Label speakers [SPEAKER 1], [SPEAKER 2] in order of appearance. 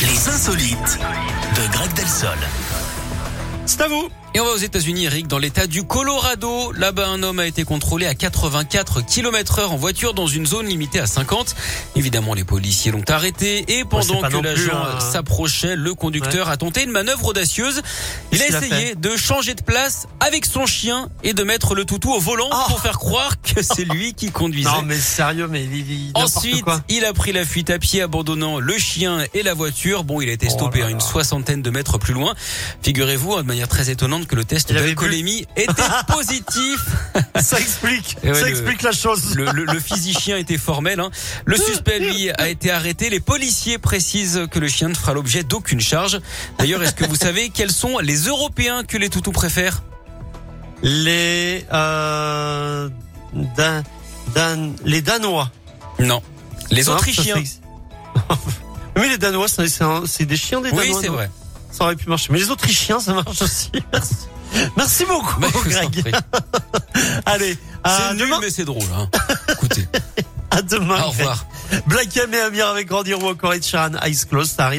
[SPEAKER 1] Les insolites de Greg Delsol.
[SPEAKER 2] C'est à vous.
[SPEAKER 3] Et on va aux États-Unis, Eric, dans l'État du Colorado. Là-bas, un homme a été contrôlé à 84 km heure en voiture dans une zone limitée à 50. Évidemment, les policiers l'ont arrêté et pendant
[SPEAKER 2] pas
[SPEAKER 3] que
[SPEAKER 2] non plus
[SPEAKER 3] l'agent
[SPEAKER 2] un-
[SPEAKER 3] s'approchait, le conducteur a tenté une manœuvre audacieuse. Il a
[SPEAKER 2] Qu'est-ce qu'il a
[SPEAKER 3] essayé de changer de place avec son chien et de mettre le toutou au volant
[SPEAKER 2] Oh.
[SPEAKER 3] pour faire croire que c'est lui qui conduisait.
[SPEAKER 2] Non mais sérieux, mais il, il- n'importe
[SPEAKER 3] Ensuite,
[SPEAKER 2] quoi.
[SPEAKER 3] il a pris la fuite à pied, abandonnant le chien et la voiture. Bon, il a été
[SPEAKER 2] Oh
[SPEAKER 3] stoppé
[SPEAKER 2] là
[SPEAKER 3] à une
[SPEAKER 2] là.
[SPEAKER 3] soixantaine de mètres plus loin. Figurez-vous, hein, de manière très étonnante, que le test
[SPEAKER 2] Il avait
[SPEAKER 3] d'alcoolémie était positif.
[SPEAKER 2] Ça explique.
[SPEAKER 3] Et ouais,
[SPEAKER 2] ça
[SPEAKER 3] le-
[SPEAKER 2] explique la chose.
[SPEAKER 3] Le, le- le physicien était formel. hein. Le
[SPEAKER 2] Euh,
[SPEAKER 3] suspect, lui, a été arrêté. Les policiers précisent que le chien ne fera l'objet d'aucune charge. D'ailleurs, est-ce que vous savez quels sont les Européens que les toutous préfèrent
[SPEAKER 2] Les euh, Dan- Dan- les Danois.
[SPEAKER 3] Non. Les
[SPEAKER 2] Non,
[SPEAKER 3] Autrichiens.
[SPEAKER 2] ça, c'est- Mais les Danois, c'est- c'est un- c'est des chiens des
[SPEAKER 3] Oui,
[SPEAKER 2] Danois.
[SPEAKER 3] c'est
[SPEAKER 2] non
[SPEAKER 3] vrai.
[SPEAKER 2] Ça aurait pu marcher. Mais les Autrichiens, ça marche aussi. Merci, Merci beaucoup,
[SPEAKER 3] Bah, je vous en
[SPEAKER 2] Oh, Greg. Ah,
[SPEAKER 3] prie.
[SPEAKER 2] Allez, à
[SPEAKER 3] C'est nul,
[SPEAKER 2] demain.
[SPEAKER 3] mais c'est drôle. hein. Écoutez,
[SPEAKER 2] À demain.
[SPEAKER 3] au
[SPEAKER 2] Greg.
[SPEAKER 3] revoir.
[SPEAKER 2] Black M et Amir avec Randy Roux, encore et Sharon, Eyes Closed, ça arrive.